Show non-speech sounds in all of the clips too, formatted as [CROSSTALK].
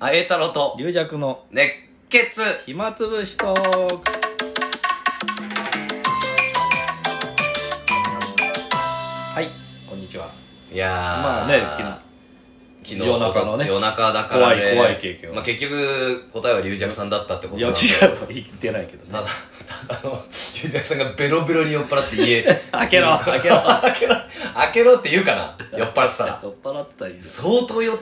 あ、栄太郎と、龍弱の熱血暇つぶしトークはいこんにちはいやー。まあね昨日昨日夜中のね夜中だからね怖い怖い経験をまあ結局、答えは龍弱さんだったってこといなや違んうだわ言ってないけどたねだ、ただあの、龍弱さんがベロベロに酔っ払って家、 [LAUGHS] 開けろ開けろ [LAUGHS] 開けろ、開けろって言うかな酔っ払ってたら。酔っ払ってたりす相当よ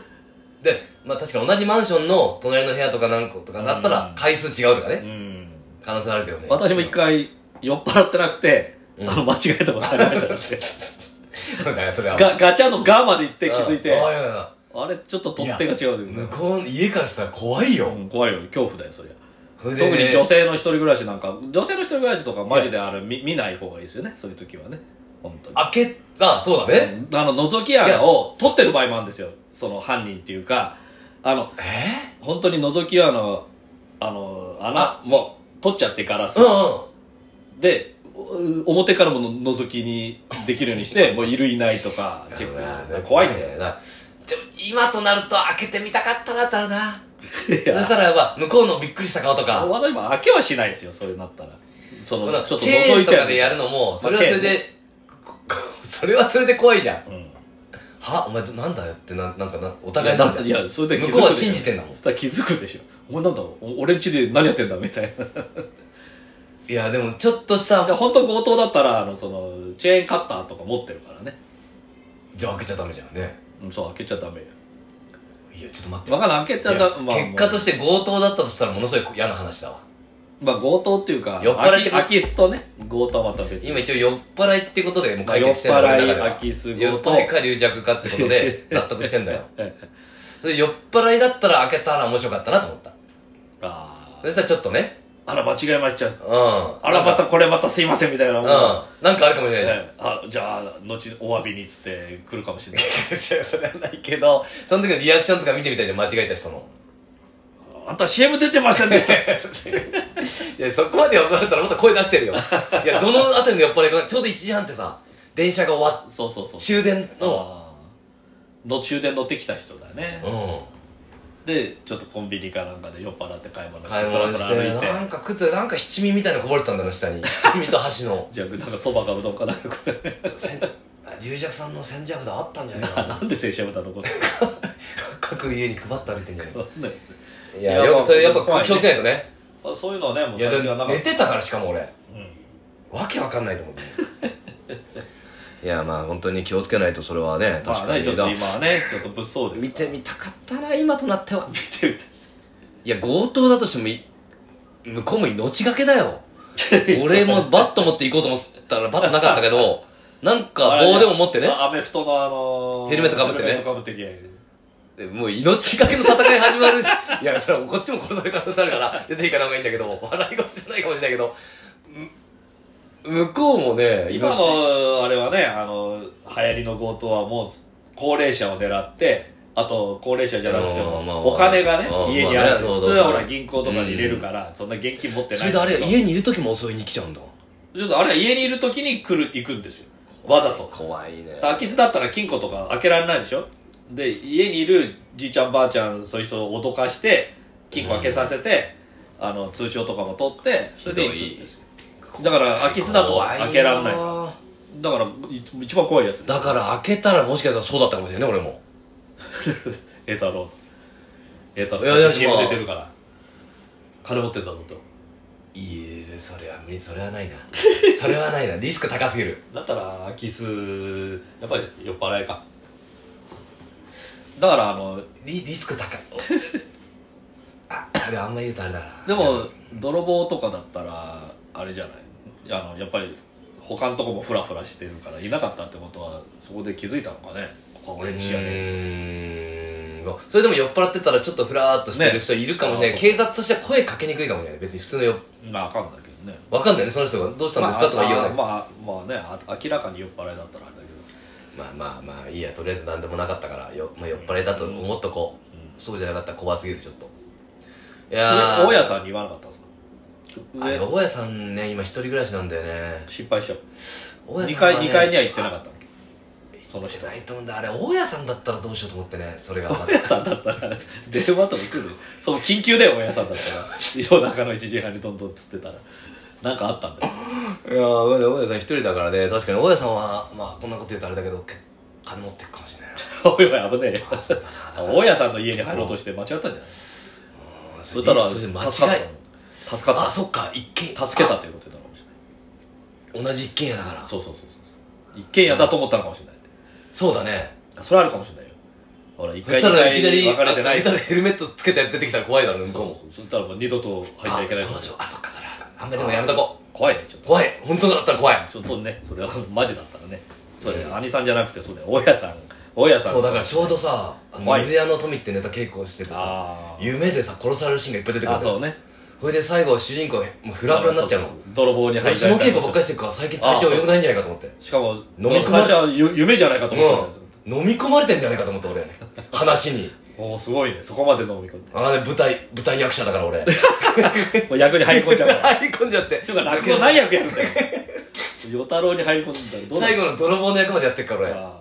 で、まあ確か同じマンションの隣の部屋とか何個とかだったら回数違うとかね、るうん可能性あるけどね私も一回酔っ払ってなくて、うんあの間違えたことありましたって [LAUGHS] だからそれ [LAUGHS] はがガチャの「ガ」まで行って気づいて、うんあいやいやあれちょっと取っ手が違うといいうや向かこうの家からしたら怖いよ、うん怖いよ恐怖だよそりゃ特特に女性の一人暮らしなんか女性の一人暮らしとかマジであれ見見ない方がいいですよねそういう時はね本当に開けあそうだねあの覗き穴を取ってる場合もあるんですよその犯人っていうかあのえ本当に覗き穴のあの穴あもう取っちゃってガラスうんうんでう表からもの覗きにできるようにしてもういるいないとかチェック怖いんだよねなちょ今となると開けてみたかったなってあるないそやしたらやっぱ向こうのびっくりした顔とか私も開けはしないですよそういうなったらそこののちょっとチェー覗ンいとてかでやるのもそれはそれチェーンでここ [LAUGHS] それはそれで怖いじゃんうんはお前どなんだよってななんかなおい互やいなだんっだてよいやそれで気づくで向しょこうは信じてんだもんそしたら気づくでしょお前なんだお俺ん家で何やってんだみたいないやでもちょっとしたで本当強盗だったらあのそのチェーンカッターとか持ってるからねじゃあ開けちゃダメじゃんねうんそう開けちゃダメよいやちょっと待って分からん開けちゃダメ、いや結果としてて強盗だったとしたらものすごい嫌な話だわまあ強盗っていうか酔っ払い空き空き巣とね強盗はまた別今一応酔っ払いってことでもう解決してんだ酔っ払い俺の中では空き巣強盗酔っ払いか流弱かってことで [LAUGHS] 納得してんだよええそれ酔っ払いだったら開けたら面白かったなと思ったあーそしたらちょっとねあら間違えましたうんああらまたこれまたすいませんみたいなも、うんんなんかあるかもしれない、ええあじゃあ後にお詫びにっつって来るかもしれないいや [LAUGHS] それはないけどその時のリアクションとか見てみたいじゃん間違えた人のあんた CM 出てませんでした [LAUGHS] いやそこまで酔っ払ったらもっと声出して [LAUGHS] るよいやどの辺りの酔っ払いかちょうど1時半ってさ電車が終わっそうそうそう終電のあーの終電乗ってきた人だねうんでちょっとコンビニかなんかで酔っ払って買い物して買い物しふらふらて歩ないんてか靴なんか七味みたいなのこぼれてたんだな下に七味と箸のじゃあなんかそばかうどんかなんかこれせん龍尺さんの千尺札あったんじゃ [LAUGHS] ないかななんで洗車豚残す各家に配って歩いてんじゃない [LAUGHS] のわかんないですねいやいやよくそれやっ怖いぱね気をつけないとねあそういうのはねもういや最近はだなっかてっ寝てたからしかも俺た、うん、わけわかんないと思って [LAUGHS] いやまあ本当に気をつけないとそれはねま確あかねにちょっとだ今はねちょっと物騒です見てみたかったな今となっては見てみていや強盗だとしてもい向こうも命がけだ [LAUGHS] よ俺もバット持って行こうと思ったらバットなかったけ [LAUGHS] どなんか棒でも持ってね [LAUGHS] あアメフトのあのーヘルメットかぶってねヘルメットかぶってけでもう命がけの戦い始まるし、 [LAUGHS] いや、それはこっちも殺される可能性あるから、出ていかない方がいいんだけど、笑い事じゃないかもしれないけど、む向こうもね、今命のあれはねあの流行りの強盗はもう高齢者を狙ってあと高齢者じゃなくてうもんまあまあお金がねうん家にあるまあね普通はほそうらそう銀行とかに入れるからそんな現金持ってないそれであれ、ち家にいる時も襲いに来ちゃうんだ。ょっとあれは家にいる時に来る行くんですよわざと怖いね。空き巣だったら金庫とか開けられないでしょで家にいるじいちゃんばあちゃんそういう人を脅かして金庫開けさせて、あの通帳とかも取ってそれで行くんですよだから空き巣だと開けられないから怖いなだからい一番怖いやつだから開けたらもしかしたらそうだったかもしれないね、俺も。栄太郎栄太郎いやいやさっき CM まあ出てるから金持ってんだぞといえ、それは無理、それは [LAUGHS] ないな。それはないな、リスク高すぎる。だったら空き巣やっぱり酔っ払いかだからあのリリスク高い。あ、あれあんま言うとあれだな。でも泥棒とかだったらあれじゃないあのやっぱり他のとこもフラフラしてるからいなかったってことはそこで気づいたのかねここ俺んちやねうーんそれでも酔っ払ってたらちょっとふらーっとしてる人いるかもしれない、ね警察としては声かけにくいかもしれない別に普通のよまああかんだけどねわかんないねその人がどうしたんまであすかとか言わない、まあ、まあまあねあ明らかに酔っ払いだったらあれだけどまあまあいいやとりあえず何でもなかったからよ、まあ、酔っ払いだと思っとこう、そうじゃなかったら怖すぎるちょっといやー大家さんに言わなかったんですかあれ上大家さんね今一人暮らしなんだよね失敗しちゃう大家2さんは階ね二階には行ってなかったの行その人ないと思うんだあれ大家さんだったらどうしようと思ってねそれ [LAUGHS] が大家さんだったら電話とか行くでその緊急だよ大家さんだったら夜中の1時半にどんどんっつってたらなんかあったんだよいやー、大家さん一人だからね、確かに大家さんは、まあ、こんなこと言うとあれだけど、け金持ってくかもしれないな。おいおい危ねえよ大家さんの家に入ろうとして間違ったんじゃないそしたらそれ間違助かっい。た助かあ、っそっか、一軒。た助けたということだかもしれなあ。い同じ一軒家だから。そうそうそうそう一軒家だと思ったのかもしれないそうだね。あそれはあるかもしれないよほら一そし回たらい二きなり、回分かれてな開けいたらヘルメットつけて出てきたら怖いだろ、向そうこそしたらもう二度とう入も。っちゃいけないあ、その情あ、そっか、それある。あんまりでもやめとこ怖いねちょっう。と怖い。本当だったら怖い。ちょっとねそれはマジだったらねそれ、う兄さんじゃなくてそうだよ大家さん大家さんそう、だからちょうどさ、あの怖い水屋の富ってネタ稽古しててさあ、ー夢でさ、殺されるシーンがいっぱい出てくるあんだよそうねそれで最後、主人公、もうフラフラになっちゃうのそ。そそ泥棒に入俺り下たい稽古ばっかりしてるから、最近体調良くないんじゃないかと思って。しかもみ込まれ最初はゆ夢じゃないかと思ったんだようん、飲み込まれてんじゃないかと思って俺話におおすごいねそこまで飲み込んであれ舞台舞台役者だから俺もう役に入り込んじゃうから [LAUGHS] 入り込んじゃって [LAUGHS] ちょっと落語何役やるんだよ与太郎に入り込んだらどうな最る後の泥棒の役までやってるから俺あ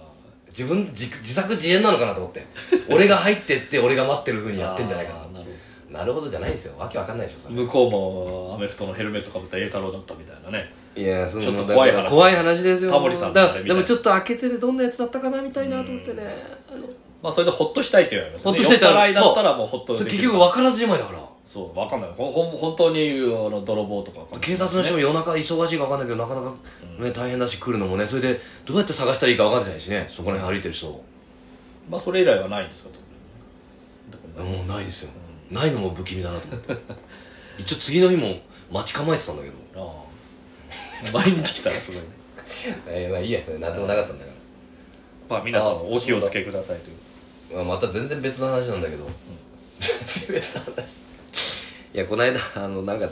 自分自自作自演なのかなと思って [LAUGHS] 俺が入ってって俺が待ってる風ーにやってんじゃないかあーなるななるほどじゃないですよわけわかんないでしょそほど向こうもアメフトのヘルメットかぶった栄太郎だったみたいなねれいやそちょっと怖い話だから怖い話ですよタモリさんだだっかたらみたいでもちょっと開けててどんなやつだったかなみたいなと思ってねあのまあそれでホッとしたいって言われますほっとしてたららだったらもうホッとでそきれる結局分からずじまいだからそうわかんないほんほん本当にあの泥棒とか警察の人も夜中忙しいか分かんないけどなかなか、ね大変だし来るのもねそれでどうやって探したらいいか分かんないしねそこら辺歩いてる人もまあそれ以来はないんですかとうないですよ、ないのも不気味だなと思って [LAUGHS] 一応次の日も待ち構えてたんだけどあ [LAUGHS] あ毎日来たらすごいねえまあいいやそれ何でもなかったんだか [LAUGHS] まあ皆さんもあお気をつけくださいというら、まあ、また全然別の話なんだけど、全然別の話いやこの間あのなんか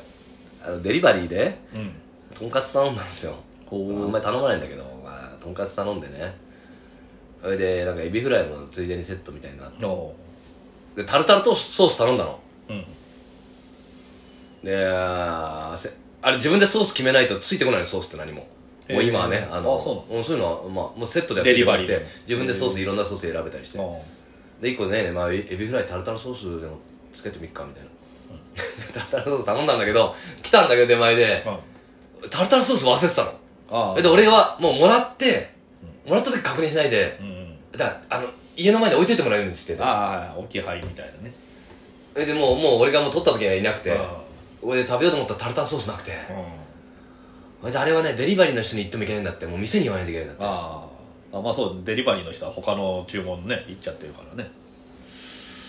あのデリバリーでうんとんかつ頼んだんですよあほうんまり頼まないんだけど、まあ、とんかつ頼んでねそれでなんかエビフライもついでにセットみたいになっておでタルタルとソース頼んだのーうんであーせあれ自分でソース決めないとついてこないのソースって何もへーもう今はねあのあそうんそういうのは、まあ、もうセットでデリバリーでで自分でソースいろんなソース選べたりしてあで1個ね、まあ、エエビフライタルタルソースでもつけてみっかみたいな、 [LAUGHS] タルタルソース頼んだんだけど来たんだけど出前であうんタルタルソース忘れてたのああで俺はもうもらってもらった時確認しないでうんうんだからあの家の前に置いといてもらえるんですってああ置き配みたいなねででもうもう俺がもう取った時にはいなくてあ俺で食べようと思ったらタルタルソースなくてあそうんれであれはねデリバリーの人に言ってもいけないんだってもう店に言わないといけないんだってあああまあそうデリバリーの人は他の注文ね行っちゃってるからね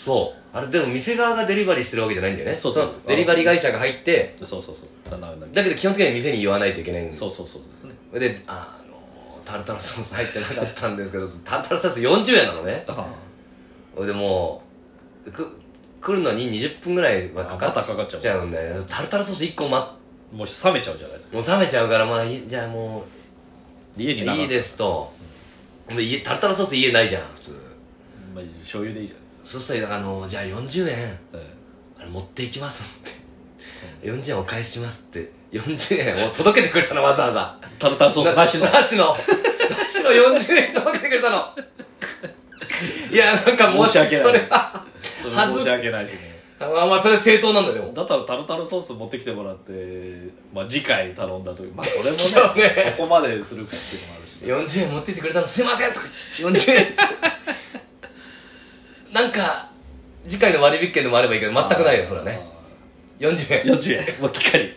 そうあれでも店側がデリバリーしてるわけじゃないんだよねそうそうのデリバリー会社が入ってそうそうそうだなんだだけど基本的には店に言わないといけないんでそうそうそうですねであのタルタルソース入ってなかったんですけどタルタルソース40円なのねあそれでもうく来るのに20分ぐらいはかかあまたかかっちゃっうちゃうんだよねタルタルソース1個待っあもう冷めちゃうじゃないですかもう冷めちゃうからまあいいじゃあも家うになかったいいですとで家タルタルソース家ないじゃん普通まあ醤油でいいじゃそしたらあのじゃあ40円ないですかあれ持っていきますって40円お返ししますって40円を届けてくれたのわざわざタルタルソースな [LAUGHS] しのなしのなしの40円届けてくれたのいやなんかもう申し訳ないそれはそれはず申し訳ないしねあまあまあそれ正当なんだでもだったらタルタルソース持ってきてもらって、まあ、次回頼んだ時まあこれそうもねね [LAUGHS] そこまでするかっていうのもあるし40円持っていってくれたのすいませんとか40円なんか次回の割引券でもあればいいけど全くないよそれはね40円40円もうきっかり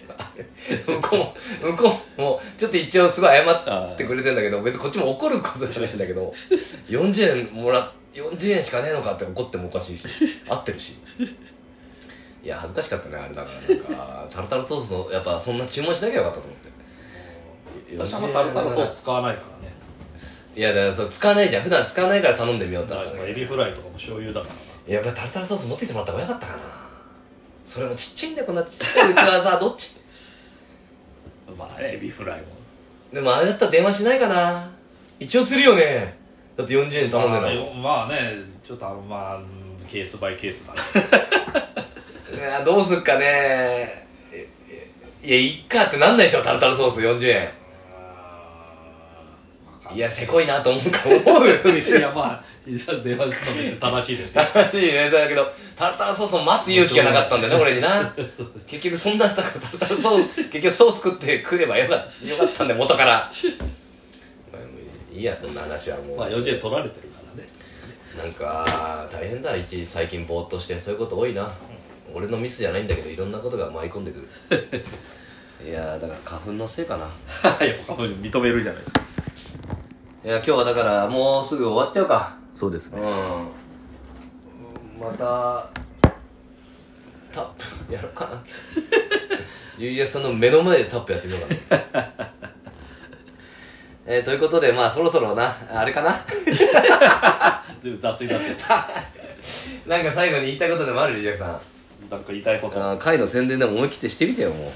向こうも向こうもちょっと一応すごい謝ってくれてんだけど別にこっちも怒ることじゃないんだけ [LAUGHS] ど40円もらっ40円しかねえのかって怒ってもおかしいし合ってるしいや恥ずかしかったねあれだからなんかタルタルソースのやっぱそんな注文しなきゃよかったと思って私はあんまタルタルソースス使わないからねいやだからそう使わないじゃん普段使わないから頼んでみようってだなかったんだらけエビフライとかも醤油だからどいやっぱタルタルソース持ってきてもらった方がよかったかなそれもちっちゃいんだよこんなちっちゃい器さどっちなまあねエビフライもでもあれだったら電話しないかな一応するよねだって40円頼んでないまあまあねちょっとあのまあケースバイケースだねいやどうすっかねいやいっかってなんないでしょタルタルソース40円あーわかんいやせこいなと思うか思うよ店いやまあ実は電話したのって正しいですよ楽しいねだけどタルタルソースを待つ勇気がなかったんだよね俺にな結局そんなタルタルソース結局ソース食って食えばよかよかったんだよ元からまあもういいやそんな話はもう、 [LAUGHS] まあ40円取られてるからねなんか大変だ一最近ぼーっとしてそういうこと多いな、俺のミスじゃないんだけどいろんなことが舞い込んで [LAUGHS] くるいやーだから花粉のせいかなはいやっぱ認めるじゃないですかいや今日はだからもうすぐ終わっちゃうかそうですうんまたタップやろうか [LAUGHS] なゆうやさんの目の前でタップやってみようかなえー、ということでまあそろそろなあれかな全部雑になってるなんか最後に言いたいことでもあるゆうやさん [LAUGHS] なんか言いたいことあー回の宣伝でも思い切ってしてみてよも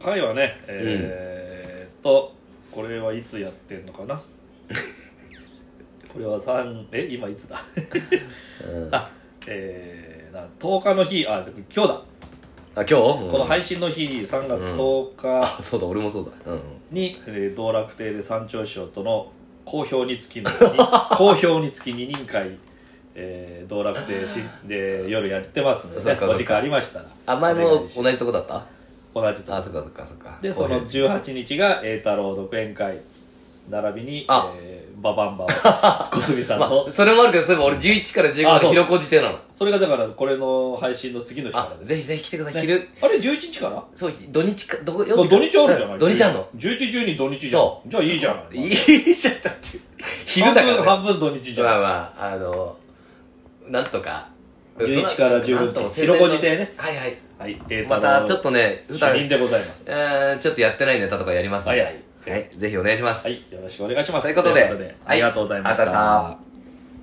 う会はねえー、っとこれはいつやってんのかな [LAUGHS] これは3え今いつだうんああえー、な10日の日あ今日だ今日ここの配信の日3月10日 [LAUGHS] そうだ俺もそうだうんに、えー道楽亭で山頂師匠との好評につきのに [LAUGHS] 好評につき二人会、えー道楽亭しで夜やってますのそで、っかね、そっかお時間ありましたらあ前お願もいし同じとこだった同じとあそっかそっかそっかでその18日が栄太郎独演会並びに、あえーババンバを小杉さ [LAUGHS] んまのあ、それもあるけどそういえば俺11から15あまそでう広小辞典なのそれがだからこれの配信の次の日かあらですぜひぜひ来てください、昼ねあれ11日からそう土日かどまあ土日あるじゃない土日あんの11、12土日じゃんそじゃあいいじゃんいいじゃんだ [LAUGHS] って昼だから、ね、半分半分土日じまあゃんまああのなんとか11から15なんとも広小辞典ねはいはいはい栄ま太郎たちょっとね普主段任でございますえーちょっとやってないネタとかやりますんではいはいはい、ぜひお願いしますはいよろしくお願いしますということでありがとうございました、はいありがとうございました